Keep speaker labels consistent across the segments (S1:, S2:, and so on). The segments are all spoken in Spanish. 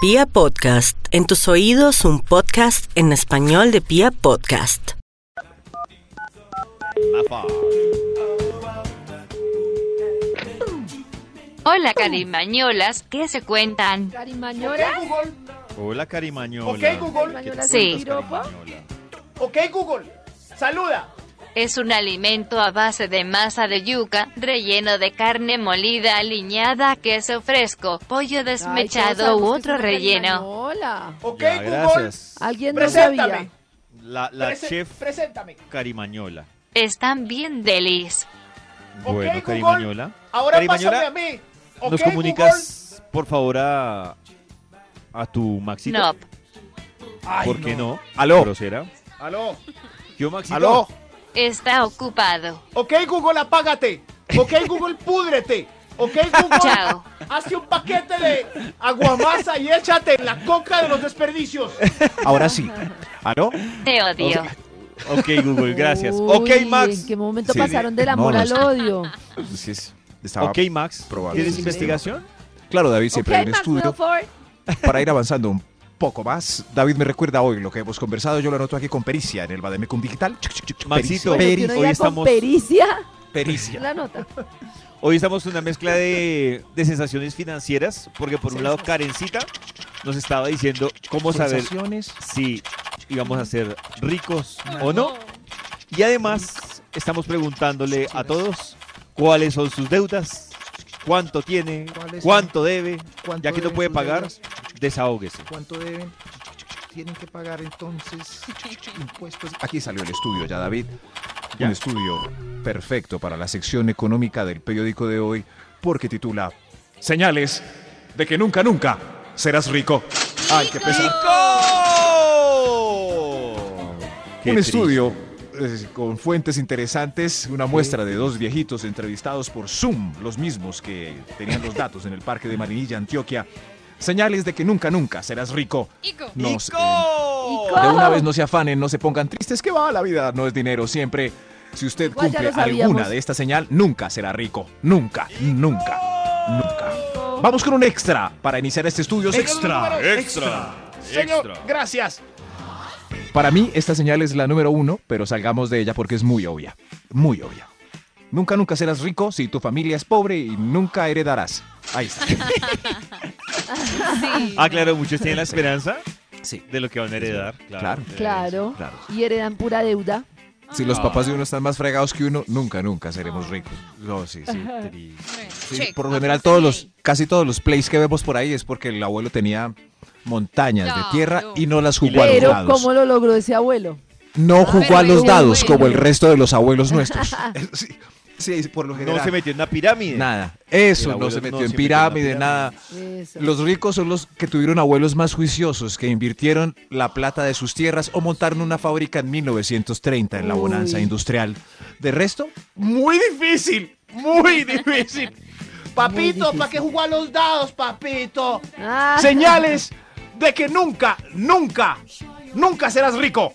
S1: Pia Podcast, en tus oídos un podcast en español de Pia Podcast.
S2: Hola carimañolas, ¿qué se cuentan?
S3: Carimañola.
S4: pues,
S5: Hola, Carimañola. ¿Qué
S3: Ok, Google. Carimañola,
S5: te
S2: sí.
S5: cuentas, Carimañola?
S3: Ok, Google. Saluda.
S2: Es un alimento a base de masa de yuca, relleno de carne molida aliñada, queso fresco, pollo desmechado u otro relleno.
S4: Hola.
S3: Ok,
S5: Ya,
S3: Google.
S5: gracias.
S4: Alguien no
S3: Preséntame.
S4: sabía.
S5: La, la
S3: Prese-
S5: chef
S3: Preséntame.
S5: Carimañola.
S2: Están bien delis.
S3: Ok,
S5: bueno,
S3: Google.
S5: Carimañola.
S3: Ahora
S5: Carimañola,
S3: pásame a mí. Ok,
S5: ¿nos comunicas, por favor, a, a tu Maxito?
S2: No,
S3: Ay,
S5: ¿Por qué no?
S6: Aló.
S5: Grosera.
S3: Google. Aló.
S5: Yo, Maxito.
S6: Aló.
S2: está ocupado.
S3: Ok, Google, apágate. Ok, Google, púdrete. Ok, Google.
S2: Chao.
S3: Hace un paquete de aguamasa y échate en la coca de los desperdicios.
S6: Ahora sí. ¿Aló?
S2: Te odio.
S5: Ok, Google, gracias.
S4: Uy,
S5: ok, Max.
S4: ¿En qué momento
S6: Sí,
S4: pasaron del
S6: no,
S4: amor
S6: no
S4: al
S6: sé.
S4: odio?
S6: Sí, es- estaba-
S5: Ok, Max.
S6: Probable,
S5: ¿Tienes
S6: sí,
S5: investigación?
S6: Claro, David, siempre
S4: Ok,
S6: hay un
S4: Max
S6: estudio
S4: Milford.
S6: para ir avanzando un poco más. David me recuerda hoy lo que hemos conversado. Yo lo anoto aquí con pericia en el Bademecum Digital. Chuc, chuc, chuc, chuc,
S5: Maxito.
S6: pericia,
S4: Bueno,
S5: Peri-
S4: que uno
S5: hoy
S4: diga
S5: estamos-
S4: con pericia
S6: pericia.
S4: la nota.
S5: Hoy estamos en una mezcla de, de sensaciones financieras, porque por un lado, Karencita nos estaba diciendo cómo saber
S6: Sensaciones.
S5: si íbamos a ser ricos o no. Y además estamos preguntándole a todos cuáles son sus deudas, cuánto tiene,
S6: ¿Cuáles son?
S5: cuánto debe,
S6: ¿Cuánto
S5: ya que no
S6: deben
S5: puede
S6: sus
S5: pagar,
S6: deudas?
S5: desahóguese.
S6: ¿Cuánto deben? Chuc, chuc, chuc. Tienen que pagar entonces impuestos. Aquí salió el estudio ya, David.
S5: Ya.
S6: Un estudio perfecto para la sección económica del periódico de hoy porque titula Señales de que nunca, nunca serás rico. ¡Ay, qué pesar!
S5: Qué
S6: un
S5: triste.
S6: estudio eh, con fuentes interesantes, una muestra de dos viejitos entrevistados por Zoom, los mismos que tenían los datos en el parque de Marinilla, Antioquia. Señales de que nunca, nunca serás rico. No se- de una vez no se afanen, no se pongan tristes, que va, la vida no es dinero siempre. Si usted
S4: Igual ya
S6: cumple
S4: lo sabíamos.
S6: alguna de esta señal, nunca será rico. Nunca, nunca, nunca. Vamos con un extra para iniciar este estudio.
S3: Extra,
S5: extra,
S3: Señor,
S5: extra.
S3: gracias.
S6: Para mí, esta señal es la número uno, pero salgamos de ella porque es muy obvia. Muy obvia. Nunca, nunca serás rico si tu familia es pobre y nunca heredarás. Ahí está.
S5: Ah, claro, muchos tienen la esperanza
S6: Sí.
S5: de lo que van a heredar. Claro.
S6: Claro.
S4: Claro.
S6: Claro.
S4: Y heredan pura deuda.
S6: Si los papás de uno están más fregados que uno, nunca, nunca seremos ricos. No, sí, sí. Sí, por lo general, todos los, casi todos los plays que vemos por ahí es porque el abuelo tenía montañas de tierra y no las jugó a los
S4: Pero
S6: dados.
S4: ¿cómo lo logró ese abuelo?
S6: No jugó a
S4: pero
S6: los
S4: es
S6: dados
S4: bueno.
S6: como el resto de los abuelos nuestros. Sí, sí, por lo
S5: No se metió en una pirámide.
S6: Nada.
S5: El
S6: Eso, no
S5: abuelo
S6: se
S5: no
S6: metió
S5: se metió en
S6: en
S5: la
S6: pirámide,
S5: pirámide.
S6: nada.
S4: Eso.
S6: Los ricos son los que tuvieron abuelos más juiciosos, que invirtieron la plata de sus tierras o montaron una fábrica en 1930 en la bonanza
S4: Uy.
S6: industrial. De resto, muy difícil, muy difícil.
S3: Papito,
S4: difícil.
S3: ¿para qué jugar los dados, papito?
S4: Ah,
S3: Señales de que nunca, nunca, nunca serás rico.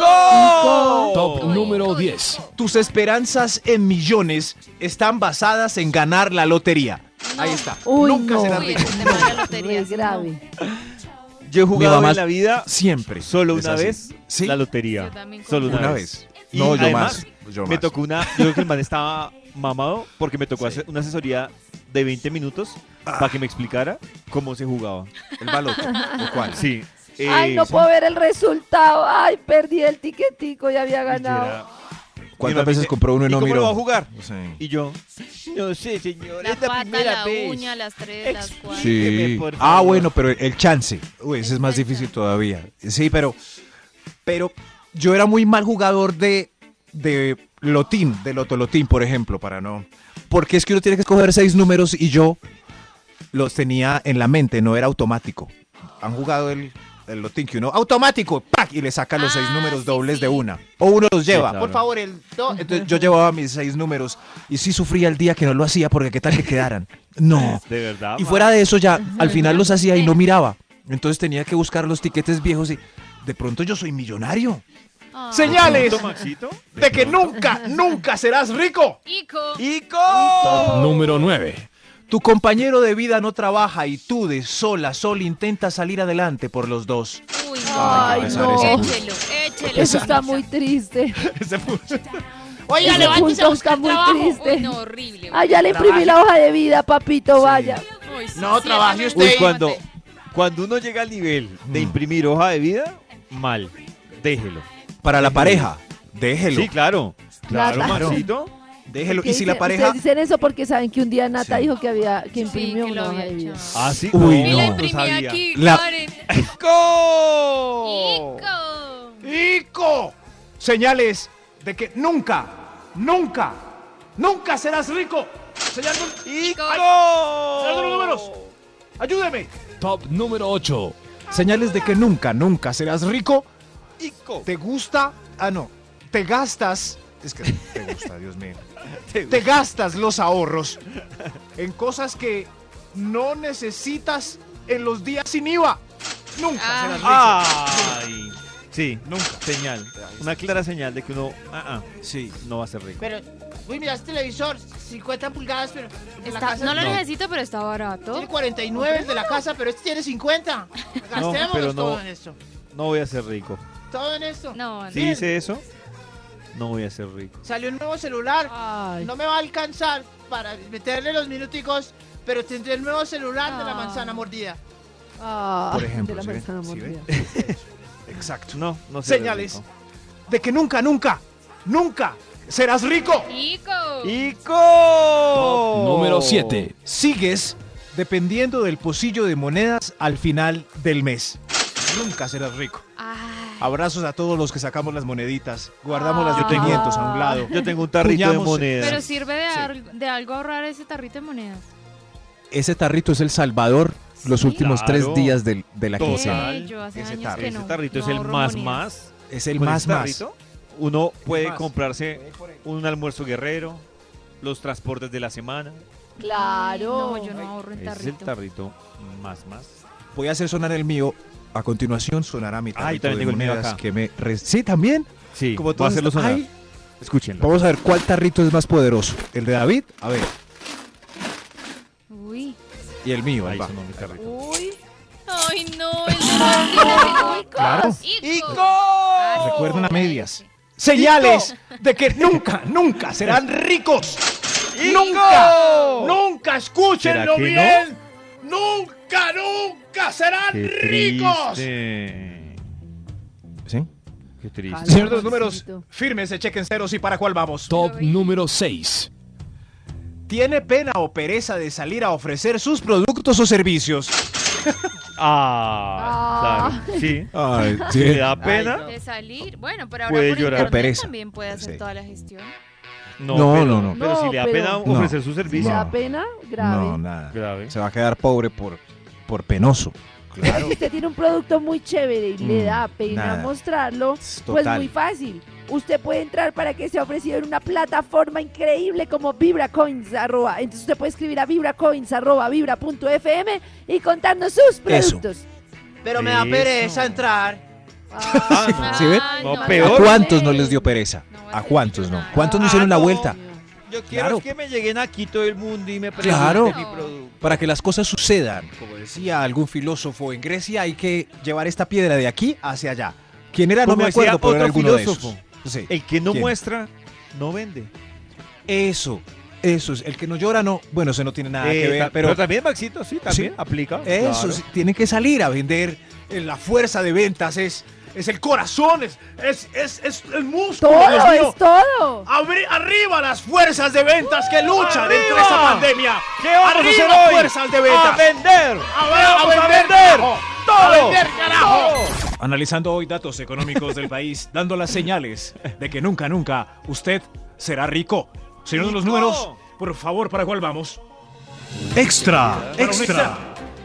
S5: ¡Ico!
S7: Top número 10.
S6: Tus esperanzas en millones están basadas en ganar la lotería. Ahí está.
S4: Uy,
S6: Nunca
S4: no.
S6: será
S4: Uy,
S6: rico.
S4: no, es grave.
S5: Yo he jugado
S6: mamá
S5: en la vida
S6: Siempre.
S5: solo
S6: es
S5: una
S6: así.
S5: vez
S6: Sí.
S5: la lotería. Solo una,
S6: Una
S5: vez.
S6: vez. No,
S5: Y
S6: yo
S5: además,
S6: más. Yo
S5: Me
S6: más.
S5: tocó una. Yo creo que el man estaba mamado porque me tocó
S6: Sí.
S5: hacer una asesoría de 20 minutos para que me explicara cómo se jugaba.
S6: El baloto. ¿O cuál?
S5: Sí.
S4: Ay,
S5: eh,
S4: no
S5: sí.
S4: puedo ver el resultado. Ay, perdí el tiquetico y había
S5: Y yo
S4: ganado.
S5: era- mi mamá
S6: ¿Cuántas veces
S5: dice,
S6: compró uno y
S5: "¿Y
S6: no
S5: cómo lo va a
S6: miró?
S5: jugar?
S6: Sí.
S5: Y yo, no sé, señor.
S8: La
S5: es la
S8: pata,
S5: primera
S8: la
S5: vez.
S8: uña, las tres, las cuatro.
S5: Explíqueme,
S6: Sí.
S5: por
S6: Ah,
S5: favor.
S6: bueno, pero el chance. Uy, ese es más difícil todavía. Sí, pero. Pero yo era muy mal jugador de. de Lotín, de Lotolotín, por ejemplo, para no. Porque es que uno tiene que escoger seis números y yo los tenía en la mente, no era automático. Han jugado el, el Lotín que uno. ¡Automático! ¡Pac! Y le saca los seis
S8: Ah,
S6: números
S8: sí,
S6: dobles de
S8: sí.
S6: una. O uno los lleva.
S5: claro.
S3: Por favor, el do-
S6: Entonces yo llevaba mis seis números y sí sufría el día que no lo hacía porque qué tal que quedaran. No.
S5: De verdad.
S6: Y
S5: man.
S6: fuera de eso ya, al final los hacía y no miraba. Entonces tenía que buscar los tiquetes viejos y de pronto yo soy millonario.
S8: Ah.
S3: señales
S5: ¿Punto, Maxito?
S3: de que nunca, nunca serás rico.
S8: Ico.
S5: ¡Ico!
S7: Número 9.
S6: Tu compañero de vida no trabaja y tú de sola, sol intenta salir adelante por los dos.
S7: Uy,
S4: Ay,
S6: Ay,
S4: no.
S6: no.
S7: Échelo, échelo.
S4: Eso está muy triste.
S7: Oiga,
S4: Ese
S7: levántese a
S4: punto
S7: buscar
S4: está muy
S7: trabajo.
S4: triste.
S7: Uy, no, horrible.
S4: Ah, ya le imprimí la hoja de vida, papito, vaya.
S7: Uy, sí,
S3: No,
S7: sí,
S3: trabaje
S7: eso
S3: usted.
S7: no
S5: Uy,
S7: me
S5: cuando,
S7: mate.
S5: cuando uno llega al nivel
S6: Mm.
S5: de imprimir hoja de vida, mal. Déjelo.
S6: Para la pareja, déjelo.
S5: Sí, claro. Claro,
S4: Nata.
S5: Maxito.
S6: Déjelo.
S4: ¿Qué
S6: Y si la
S4: dicen?
S6: pareja.
S4: Ustedes dicen eso porque saben que un día Nata
S6: Sí.
S4: dijo que había que
S7: Sí,
S4: imprimió
S7: que lo
S4: una hoja
S7: había
S4: de vida.
S7: hecho.
S5: Ah, sí.
S6: Uy,
S7: Y la
S6: no.
S7: imprimí aquí,
S6: La-
S7: Karen.
S3: ¡Ico!
S7: Ico.
S3: ¡Ico!
S6: Señales de que nunca,
S3: ¡Nunca! ¡Nunca serás rico! Señor, de- señor de los números, ayúdeme.
S8: Top número 8.
S6: Señales de que nunca, nunca serás rico.
S5: Ico.
S6: Te gusta. Ah, no. Te gastas. Es que te gusta, Dios mío. Te gastas los ahorros.
S3: En cosas que no necesitas en los días sin IVA. Nunca
S7: Ah.
S3: serás rico.
S5: Ay. Sí, nunca. Señal. Una clara señal de que uno ah, ah,
S6: Sí.
S5: no va a ser rico.
S9: Pero, uy, mira este televisor, 50 pulgadas, pero en la
S7: Está-
S9: casa
S7: no lo
S5: No.
S7: necesito, pero está barato.
S9: tiene 49 el de la casa, pero este tiene 50. Gastémonos
S5: pero no.
S9: todo en esto.
S5: No voy a ser rico.
S9: Todo en esto.
S7: No, no.
S5: Si dice eso, no voy a ser rico.
S9: Salió un nuevo celular,
S4: Ay,
S9: no me va a alcanzar para meterle los minuticos, pero tendré el nuevo celular de la
S7: Ah.
S9: manzana mordida.
S4: ah,
S6: Por
S4: de
S6: ejemplo,
S4: la
S6: ¿sí ven?
S4: manzana
S6: ¿Sí
S4: mordida.
S6: Exacto.
S5: No, no seré
S3: Señales
S5: rico.
S3: de que nunca, nunca, nunca serás rico.
S7: Ico.
S5: ¡Ico!
S8: Número 7.
S6: Sigues dependiendo del pocillo de monedas al final del mes. Nunca serás rico.
S7: Ay,
S6: Abrazos a todos los que sacamos las moneditas. Guardamos las de
S7: Ah.
S6: 500 a un lado.
S5: Yo tengo un tarrito
S6: Puñamos-
S5: de monedas.
S7: pero sirve de,
S6: Sí.
S7: al- de algo ahorrar ese tarrito de monedas.
S6: Ese tarrito es el salvador los
S7: Sí.
S6: últimos tres
S5: Claro.
S6: días del- de, la
S5: Total.
S6: quincena.
S7: Eh, yo hace
S6: Ese
S7: años
S6: tarrito.
S7: que
S5: Ese
S7: no-
S5: tarrito
S7: no
S5: es el
S7: ahorro
S5: más
S7: monedas.
S5: más.
S6: Es el
S5: Con
S6: más
S5: ese
S6: más.
S5: tarrito, Uno puede
S6: más.
S5: comprarse un almuerzo guerrero, los transportes de la semana.
S4: Claro.
S7: Ay, no, yo no ahorro en
S5: Ese es el
S7: tarrito.
S5: tarrito más más.
S6: Voy a hacer sonar el mío. A continuación sonará mi
S5: Ah, yo
S6: tarrito
S5: también
S6: de
S5: tengo el mío
S6: monedas
S5: acá.
S6: que me... re- Sí, también.
S5: Sí,
S6: Como
S5: como todos
S6: todos
S5: hacerlo
S6: estos-
S5: sonar.
S6: ¡Ay!
S5: Escúchenlo.
S6: Vamos a ver cuál tarrito es más poderoso. ¿El de David? A ver.
S7: Uy.
S6: Y el mío. ahí
S5: Ahí
S6: va.
S5: sonó mi tarrito.
S4: Uy,
S7: Ay, no, el de
S6: Claro.
S7: Ico.
S6: Recuerden a medias.
S3: Señales de que nunca, nunca serán ricos.
S5: ¡Nunca!
S3: Nunca,
S5: ¿Será
S3: escúchenlo
S5: que
S3: bien. Nunca, nunca serán
S5: ¡Qué
S3: ricos.
S5: triste!
S6: ¿Sí?
S5: ¡Qué triste!
S4: Calma,
S3: Señor de los números,
S4: Maxito.
S3: fírmese, chequen ceros y para cuál vamos.
S8: Top número 6.
S6: ¿Tiene pena o pereza de salir a ofrecer sus productos o servicios?
S5: ¡Ah!
S4: Ah.
S5: Claro, sí.
S6: Ay,
S5: Si le da pena,
S7: De salir. Bueno, pero ahora
S5: Puede
S7: por
S5: llorar.
S7: internet
S6: Pereza.
S7: también puede hacer
S6: Sí.
S7: toda la gestión.
S5: no.
S6: No,
S5: pero,
S6: no, no.
S5: Pero si
S4: No,
S5: le da
S4: pero-
S5: pena
S6: No.
S5: ofrecer su
S4: si le
S5: servicio.
S6: No.
S4: da pena, grave.
S6: No, nada.
S5: Grave.
S6: Se va a quedar pobre por, por penoso.
S4: Pero si usted tiene un producto muy chévere y le
S6: Mm,
S4: da pena
S6: nada.
S4: mostrarlo, pues
S6: Total.
S4: muy fácil. Usted puede entrar para que sea ofrecido en una plataforma increíble como VibraCoins. Arroba. Entonces usted puede escribir a VibraCoins, arroba, vibra.fm y contarnos sus
S6: Eso.
S4: productos.
S9: Pero me da
S5: Eso.
S9: pereza entrar.
S4: Ah,
S6: ¿Sí ven?
S7: Ay,
S5: No,
S7: no,
S6: ¿A
S5: peor.
S6: cuántos no les dio pereza?
S7: No va a
S6: ¿A
S4: pues
S7: ser
S6: cuántos no?
S7: millonario.
S6: ¿Cuántos
S4: Ah,
S6: no hicieron la
S4: no.
S6: vuelta?
S5: Yo
S6: quiero Claro. es que
S5: me lleguen aquí todo el mundo y me
S6: Claro.
S7: mi producto.
S6: Para que las cosas sucedan, como decía algún filósofo en Grecia, hay que llevar esta piedra de aquí hacia allá. ¿Quién era? No
S5: Como
S6: me acuerdo,
S5: decía
S6: pero era
S5: otro
S6: alguno de
S5: filósofo.
S6: esos. Sí.
S5: El que no
S6: ¿Quién?
S5: muestra, no vende.
S6: Eso, eso es. El que no llora no. Bueno, eso no tiene nada
S5: Eh,
S6: que
S5: ta-
S6: ver, pero
S5: también Maxito, sí,
S6: Sí.
S5: aplica.
S6: eso
S5: claro.
S6: sí, tiene que salir a vender.
S3: Eh, La fuerza de ventas es, es el corazón, es, es, es, es el músculo. Dios
S4: Todo,
S3: mío.
S4: es todo.
S6: Ah,
S3: Abri- arriba las fuerzas de ventas que luchan
S5: ¡Arriba!
S3: entre esta pandemia.
S5: ¿Qué vamos a hacer
S3: arriba
S5: hoy?
S3: fuerzas de ventas.
S5: ¡A vender!
S3: A ver, a
S5: ¡Vamos
S3: vender, carajo.
S5: ¡Todo!
S3: A vender, carajo.
S6: Analizando hoy datos económicos del país, dando las señales de que nunca, nunca usted será rico. Señor de los
S5: Rico.
S6: números,
S3: Por favor, ¿para cuál vamos?
S6: extra,
S3: Para un
S6: extra.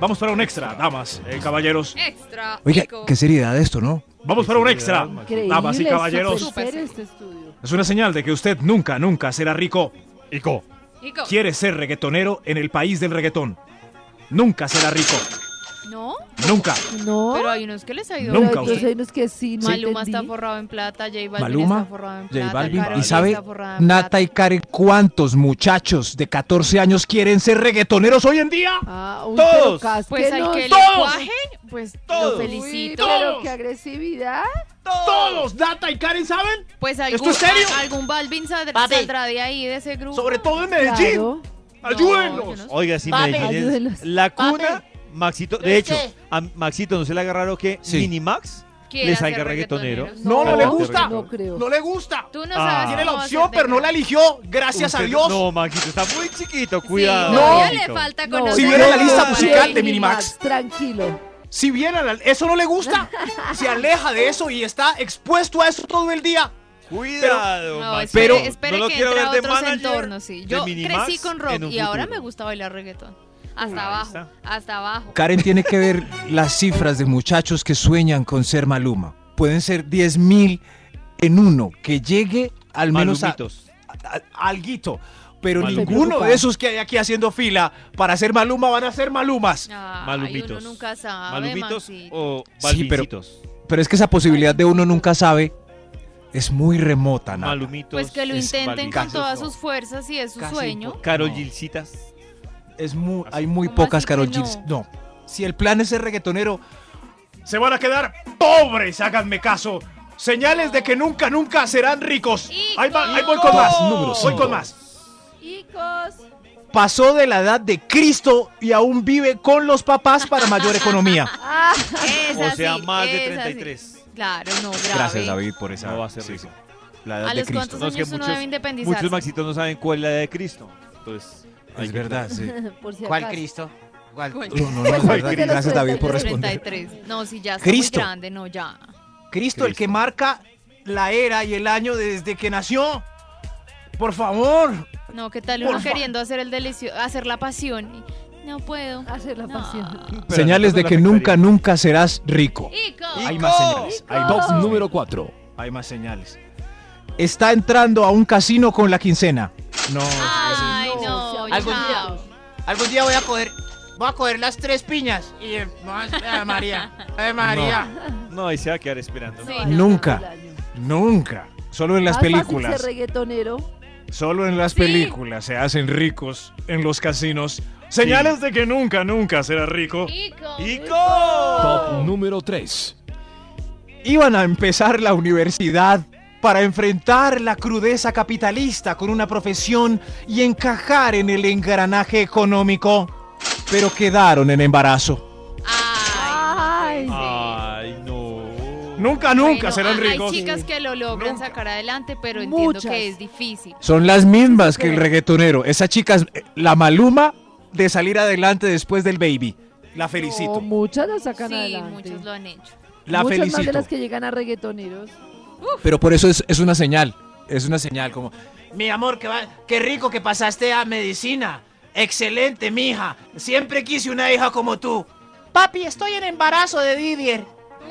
S3: Vamos para un extra, damas, y caballeros.
S7: Extra.
S6: Oiga,
S7: Ico.
S6: qué seriedad esto, ¿no?
S3: Vamos para un extra,
S4: Increíble,
S3: damas y caballeros.
S4: súper serio este estudio.
S6: Es una señal de que usted nunca, nunca será rico.
S5: Ico.
S7: Ico.
S6: Quiere ser reggaetonero en el país del reggaetón. Nunca será rico.
S7: ¿No?
S6: Nunca.
S4: No,
S7: Pero hay unos que les ha ido
S4: pero
S6: Nunca,
S7: bien.
S4: yo
S6: usted.
S4: sé unos que sí, no
S7: Maluma está
S4: entendí.
S7: forrado en plata, J Balvin
S6: Maluma,
S7: está forrado en plata.
S6: J Balvin.
S7: Karol
S6: ¿Y
S7: G
S6: sabe,
S7: está forrada en
S6: Nata
S7: plata.
S6: y Karen, cuántos muchachos de 14 años quieren ser reggaetoneros hoy en día?
S4: Ah, uy,
S5: Todos.
S4: Pero
S7: Pues al
S4: cásquenos.
S7: que le
S3: ¡Todos!
S7: cuaje, pues
S5: ¡Todos!
S7: lo
S4: Uy,
S7: felicito.
S4: pero qué agresividad.
S3: Todos, Data y Karen, ¿saben?
S7: Pues algún,
S3: ¿Esto es serio?
S7: a- algún Balvin sal-
S9: Papi.
S7: saldrá de ahí, de ese grupo.
S3: Sobre todo en Medellín.
S4: Claro.
S7: No, yo
S3: ¡Ayúdenos!
S7: no sé.
S5: Oiga, sí,
S9: Papi.
S5: Medellín es
S4: Ayúdelos.
S5: la
S9: Papi.
S5: cuna. Maxito, de
S9: ¿Pero
S5: hecho,
S9: qué?
S5: a Maxito no se le haga raro que
S6: Sí.
S5: Minimax
S7: Quiere
S5: le
S7: hacer
S5: salga reggaetonero.
S7: reggaetonero.
S3: No, no le
S5: No,
S3: gusta.
S4: No creo.
S3: No le gusta.
S7: Tú no
S5: Ah.
S7: sabes
S5: Tiene
S3: Tiene la
S7: cómo
S3: opción,
S7: hacerte
S3: pero no la
S7: creer.
S3: eligió. Gracias a
S5: Usted-
S3: Dios.
S5: No, Maxito, está muy chiquito,
S7: Sí,
S5: cuidado.
S7: todavía
S5: Maxito.
S7: le falta
S4: No,
S7: conocer
S6: Si viera la
S7: a
S6: lista
S7: Balvin.
S6: musical de
S4: Minimax,
S6: Minimax.
S4: Tranquilo.
S3: Si bien a la- eso no le gusta, se aleja de eso y está expuesto a eso todo el día.
S5: Cuidado,
S7: No,
S5: Maxito.
S7: espere,
S5: No
S7: espere
S5: lo
S7: que
S5: quiero
S7: entre a
S5: ver de
S7: otros
S5: manager
S7: entornos, sí.
S5: de
S7: Yo
S5: Minimax
S7: crecí con rock
S5: en un
S7: y ahora me
S5: futuro.
S7: gusta bailar reggaetón. Hasta
S5: ahí
S7: abajo,
S5: está.
S7: hasta abajo.
S6: Karen tiene que ver las cifras de muchachos que sueñan con ser Maluma. Pueden ser 10 mil en uno, que llegue al menos a,
S5: Malumitos.
S6: a- a- alguito. Pero
S5: Maluma.
S6: ninguno de esos que hay aquí haciendo fila para ser Maluma van a ser Malumas.
S7: Ay,
S5: Malumitos.
S7: Ah, uno nunca sabe,
S5: Malumitos
S7: Maxito.
S5: o
S6: Sí, pero-
S5: Balvincitos.
S6: Pero es que esa posibilidad de uno nunca sabe es muy remota, Nata.
S5: Malumitos.
S7: Pues que lo
S6: es
S7: intenten
S6: Balvin.
S7: con todas
S6: Casi
S7: sus fuerzas y es su
S6: Casi
S7: sueño.
S5: Carol
S6: No.
S5: Gilcitas.
S6: Es muy, hay muy
S7: ¿Cómo
S6: pocas
S7: así que
S6: Carol
S7: no?
S6: Gills. No. Si el plan es ser reggaetonero,
S3: Se van a quedar pobres, háganme caso. Señales de que nunca, nunca serán ricos.
S7: Y
S3: Ahí, va-
S7: con-
S3: ahí voy con más.
S8: Número
S3: voy
S8: cinco.
S3: con más.
S4: Chicos.
S6: pasó de la edad de Cristo y aún vive con los papás para mayor economía.
S4: Ah,
S7: Es
S5: O sea,
S7: así,
S5: más de
S7: es así.
S5: 33.
S7: Claro, no, grave.
S6: Gracias, David, por esa.
S5: No va a ser
S6: sí,
S5: rico.
S6: La edad
S7: ¿A
S6: de
S7: los
S6: Cristo.
S7: cuántos
S5: No, es que
S7: años uno
S5: muchos-
S7: debe independizarse?
S5: Muchos Maxitos no saben cuál es la edad de Cristo. Entonces, hay
S6: Es
S5: que-
S6: verdad, sí.
S4: por si
S9: ¿Cuál
S4: acaso.
S9: Cristo? ¿Cuál?
S7: Bueno,
S6: No, no, no, es verdad.
S4: Cristo?
S6: Gracias, David, por responder.
S7: 33. No, si ya está
S6: Cristo.
S7: muy grande, no, ya.
S6: Cristo, el que marca la era y el año desde que nació. Por favor.
S7: No, ¿qué tal uno queriendo hacer el delicio, hacer la pasión? y No puedo.
S4: Hacer la
S7: No.
S4: pasión.
S5: Pero
S6: Señales de
S5: nosotros
S6: que
S5: la
S6: nunca,
S5: afectaría.
S6: nunca serás rico.
S7: Ico.
S6: Hay más señales. Hay más
S8: Top
S6: señales.
S8: número 4.
S6: Hay más señales. Está entrando a un casino con la quincena. No.
S7: Ay, no,
S4: No,
S9: algún día.
S7: chao.
S9: Algún día voy a coger, voy a coger las tres piñas y eh, vamos, Ave María, Ave María.
S5: No, ahí se va a quedar esperando.
S7: Sí.
S6: Nunca. Nunca. Solo en las
S4: Ah, Más fácil
S6: películas.
S4: ser reggaetonero.
S6: Solo en las
S7: Sí.
S6: películas se hacen ricos en los casinos. Señales de que nunca, nunca será rico.
S7: Ico.
S8: Top número 3.
S6: Iban a empezar la universidad para enfrentar la crudeza capitalista con una profesión y encajar en el engranaje económico, pero quedaron en embarazo.
S7: Ay.
S6: Ah,
S7: no puede
S5: Ay, no.
S6: Nunca,
S7: ser.
S6: nunca
S7: Bueno,
S6: serán
S7: hay-
S6: ricos.
S7: Hay chicas que lo logran sacar adelante, pero
S4: Muchas.
S7: entiendo que es difícil.
S6: Son las mismas que el reggaetonero. Esa chica es eh, la maluma de salir adelante después del baby. La
S4: No,
S6: felicito.
S4: muchas la sacan
S7: sí,
S4: adelante.
S7: muchos lo han hecho.
S6: La
S4: Muchas más de
S6: felicito.
S4: las que llegan a reggaetoneros.
S6: Pero por eso es, es una señal. Es una señal como,
S9: Mi amor, qué, va- qué rico que pasaste a medicina. Excelente, mija. Siempre quise una hija como tú. Papi, estoy en embarazo de Didier.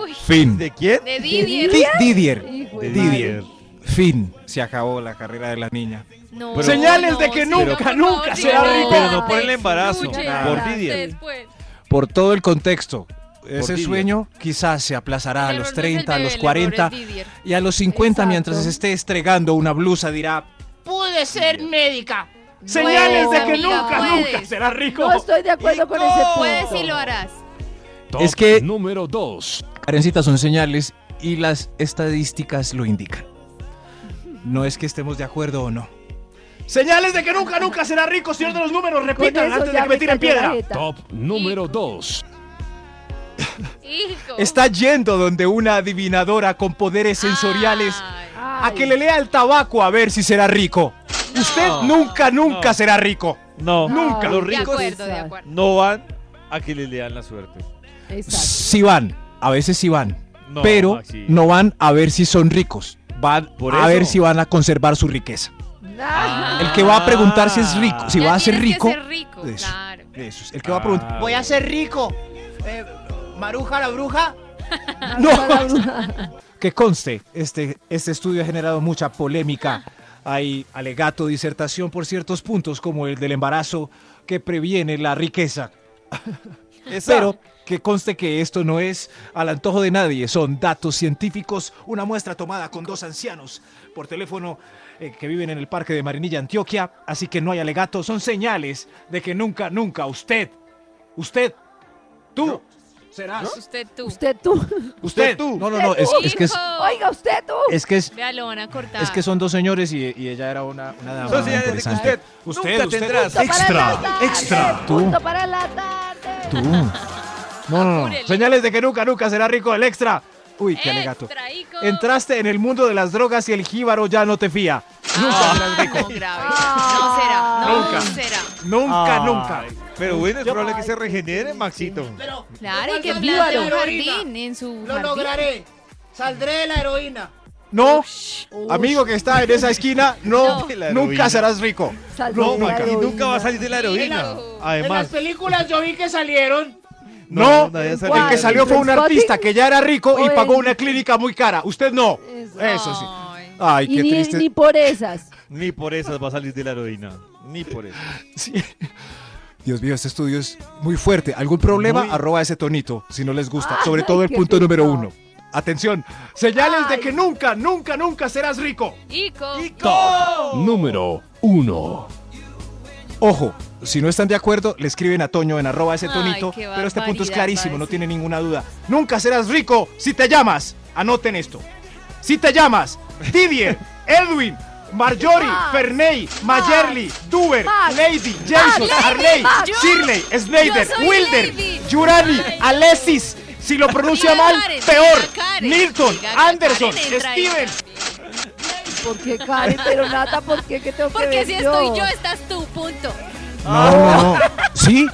S7: Uy,
S6: fin.
S5: ¿De quién?
S7: de Didier.
S6: Di- Didier.
S4: Hijo de
S6: Didier.
S4: madre.
S6: Fin. Se acabó la carrera de la niña.
S7: No,
S5: Pero-
S3: Señales de que
S7: sí,
S3: nunca,
S7: no, por favor,
S3: nunca
S7: sí,
S3: será
S7: no.
S3: rico.
S5: Pero no por el embarazo,
S7: Luchen
S5: por Didier.
S7: después.
S6: Por todo el contexto. Ese
S5: Didier.
S6: sueño quizás se aplazará a
S7: El error no
S6: los
S7: es el
S6: 30, a
S7: bebé,
S6: los
S7: el error
S6: 40
S7: es Didier.
S6: y a los 50
S4: Exacto.
S6: mientras esté estregando una blusa dirá,
S9: Pude ser médica.
S3: Señales de que
S7: amiga,
S3: nunca,
S7: puedes.
S3: nunca será rico.
S4: No estoy de acuerdo con ese punto.
S6: Pues
S7: Puedes y lo harás.
S8: Top
S6: Es que-
S8: número 2.
S6: Karencita son señales y las estadísticas lo indican. No es que estemos de acuerdo o no.
S3: Señales de que nunca, nunca será rico. Señor de los números,
S4: Con
S3: repitan
S4: eso
S3: antes de
S4: ya
S3: que me tiren
S4: cayó la
S3: piedra.
S4: jeta.
S8: Top número 2.
S7: Hijo.
S6: Está yendo donde una adivinadora con poderes sensoriales
S7: Ay.
S6: a
S4: Ay.
S6: que le lea el tabaco a ver si será rico. Usted nunca, nunca
S5: No.
S6: será rico.
S5: No,
S4: Nunca.
S5: Los
S7: De
S5: ricos
S7: acuerdo, de acuerdo.
S5: no van a que les lean la suerte.
S4: Exacto.
S6: Sí van, a veces sí van,
S5: No,
S6: pero
S5: Maxi.
S6: no van a ver si son ricos. Van
S5: Por
S6: a
S5: eso.
S6: ver si van a conservar su riqueza.
S4: Ah.
S6: El que va a preguntar si es rico, si
S7: Ya
S6: va a ser
S7: tienes que
S6: rico. Pues.
S7: ser rico,
S6: Eso.
S7: claro.
S6: Eso es, El que va a preguntar.
S9: Voy a ser rico. Eh, Maruja la bruja.
S6: Ah.
S4: No.
S6: Que conste, este, este estudio ha generado mucha polémica. Hay alegato, disertación por ciertos puntos, como el del embarazo, que previene la riqueza. Pero que conste que esto no es al antojo de nadie, son datos científicos, una muestra tomada con dos ancianos por teléfono eh, que viven en el parque de Marinilla, Antioquia, así que no hay alegato, son señales de que nunca, nunca usted, usted, tú, serás,
S7: Usted tú.
S4: Usted tú.
S6: usted, tú. No, no, no, es, es que es,
S7: Hijo.
S4: Oiga, usted tú.
S6: es que es,
S7: Vea, lo van a cortar.
S6: es que son dos señores y, y ella era una, una dama.
S5: Son señales de que
S6: interesante.
S5: usted nunca tendrá
S4: Punto para la tarde,
S6: extra. Tú.
S4: Punto para la tarde.
S6: Tú. Mm. No, no, no.
S7: Apúrele.
S6: Señales de que nunca, nunca será rico el extra. Uy, qué alegato.
S7: Extra, hijo.
S6: Entraste en el mundo de las drogas y el jíbaro ya no te fía.
S7: Ah, no, grave. No será. No
S6: Nunca.
S7: será.
S6: Nunca,
S5: Ay,
S6: nunca.
S5: Pero bueno, es probable que se regenere, Maxito.
S9: Pero
S7: Claro,
S9: igual
S7: y que
S9: lo
S7: plante un
S9: lograré,
S7: jardín en su
S9: Lo
S7: jardín.
S9: lograré. Saldré de la heroína.
S6: No, amigo que está en esa esquina, no,
S7: No.
S5: De la heroína.
S6: nunca serás rico.
S4: Saldré
S5: No,
S4: de la
S5: Maca, y
S4: heroína.
S5: nunca va a salir de la heroína.
S9: en las
S5: Además,
S9: películas yo vi que salieron.
S6: No,
S5: nadie ha salido
S6: el que
S5: de la
S6: salió fue un
S4: ¿Spotting?
S6: artista que ya era rico y
S4: O
S6: pagó
S4: en-
S6: una clínica muy cara. Usted no.
S4: Eso.
S6: Eso sí.
S7: Ay.
S6: Ay,
S4: Y
S6: qué
S4: ni, ni
S6: triste.
S4: por esas.
S5: Ni por esas va a salir de la heroína. Ni por eso.
S6: Sí. Dios mío, este estudio es muy fuerte. ¿Algún problema? Arroba ese tonito, si no les gusta.
S4: Ay,
S6: Sobre todo el
S4: qué
S6: punto número
S4: pecado.
S6: uno. Atención, señales de
S4: Ay.
S6: que nunca, nunca, nunca serás rico.
S7: Hijo.
S8: Top número 1.
S6: Ojo, si no están de acuerdo, le escriben a Toño en arroba ese
S7: Ay,
S6: tonito.
S7: qué
S6: pero este punto es
S7: barbaridad,
S6: clarísimo, no
S7: parece.
S6: tiene ninguna duda. Nunca serás rico si te llamas. Anoten esto. Si te llamas Didier, Edwin, Marjorie,
S4: Max,
S6: Ferney, Mayerly, Duer,
S4: Max,
S6: Lady, Jason,
S4: Max,
S6: Harley,
S4: Max,
S7: yo-
S6: Shirley, Snyder,
S7: yo soy
S6: Wilder,
S7: Lady.
S6: Yurani,
S7: Ay.
S6: Alexis. Si lo pronuncia
S7: Diga
S6: mal,
S7: Karen,
S6: peor.
S7: diga Karen,
S6: Milton,
S7: diga Karen,
S6: Anderson,
S7: entra ahí
S6: Steven.
S4: ¿Por qué, Karen? Pero Nata, ¿por qué que tengo que
S7: Porque
S4: ver
S7: si
S4: yo?
S7: estoy yo, estás tú, punto.
S6: No, no, no. ¿Sí?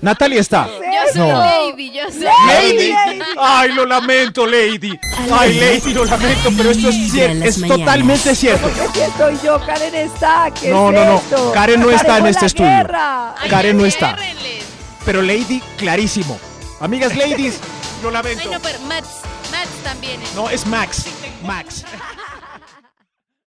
S6: Natalia está.
S7: Yo soy
S6: No.
S7: Lady, yo soy
S6: Lady. Ay, lo lamento, Lady. Ay, Lady, lo lamento, pero esto es
S1: En
S6: cierto,
S1: las
S6: es totalmente cierto.
S4: ¿Por qué si estoy yo? Karen está. ¿Qué
S6: No,
S4: es
S6: no, no.
S4: esto?
S6: Karen no está en
S4: con
S6: este
S4: la
S6: estudio.
S4: guerra.
S7: Ay,
S6: Karen no
S7: ya
S6: está.
S7: ciérrenles.
S6: Pero Lady, clarísimo. Amigas ladies, lo
S7: Ay,
S6: lamento.
S7: no, pero Mats, Mats también. es.
S6: No, es Max. Max.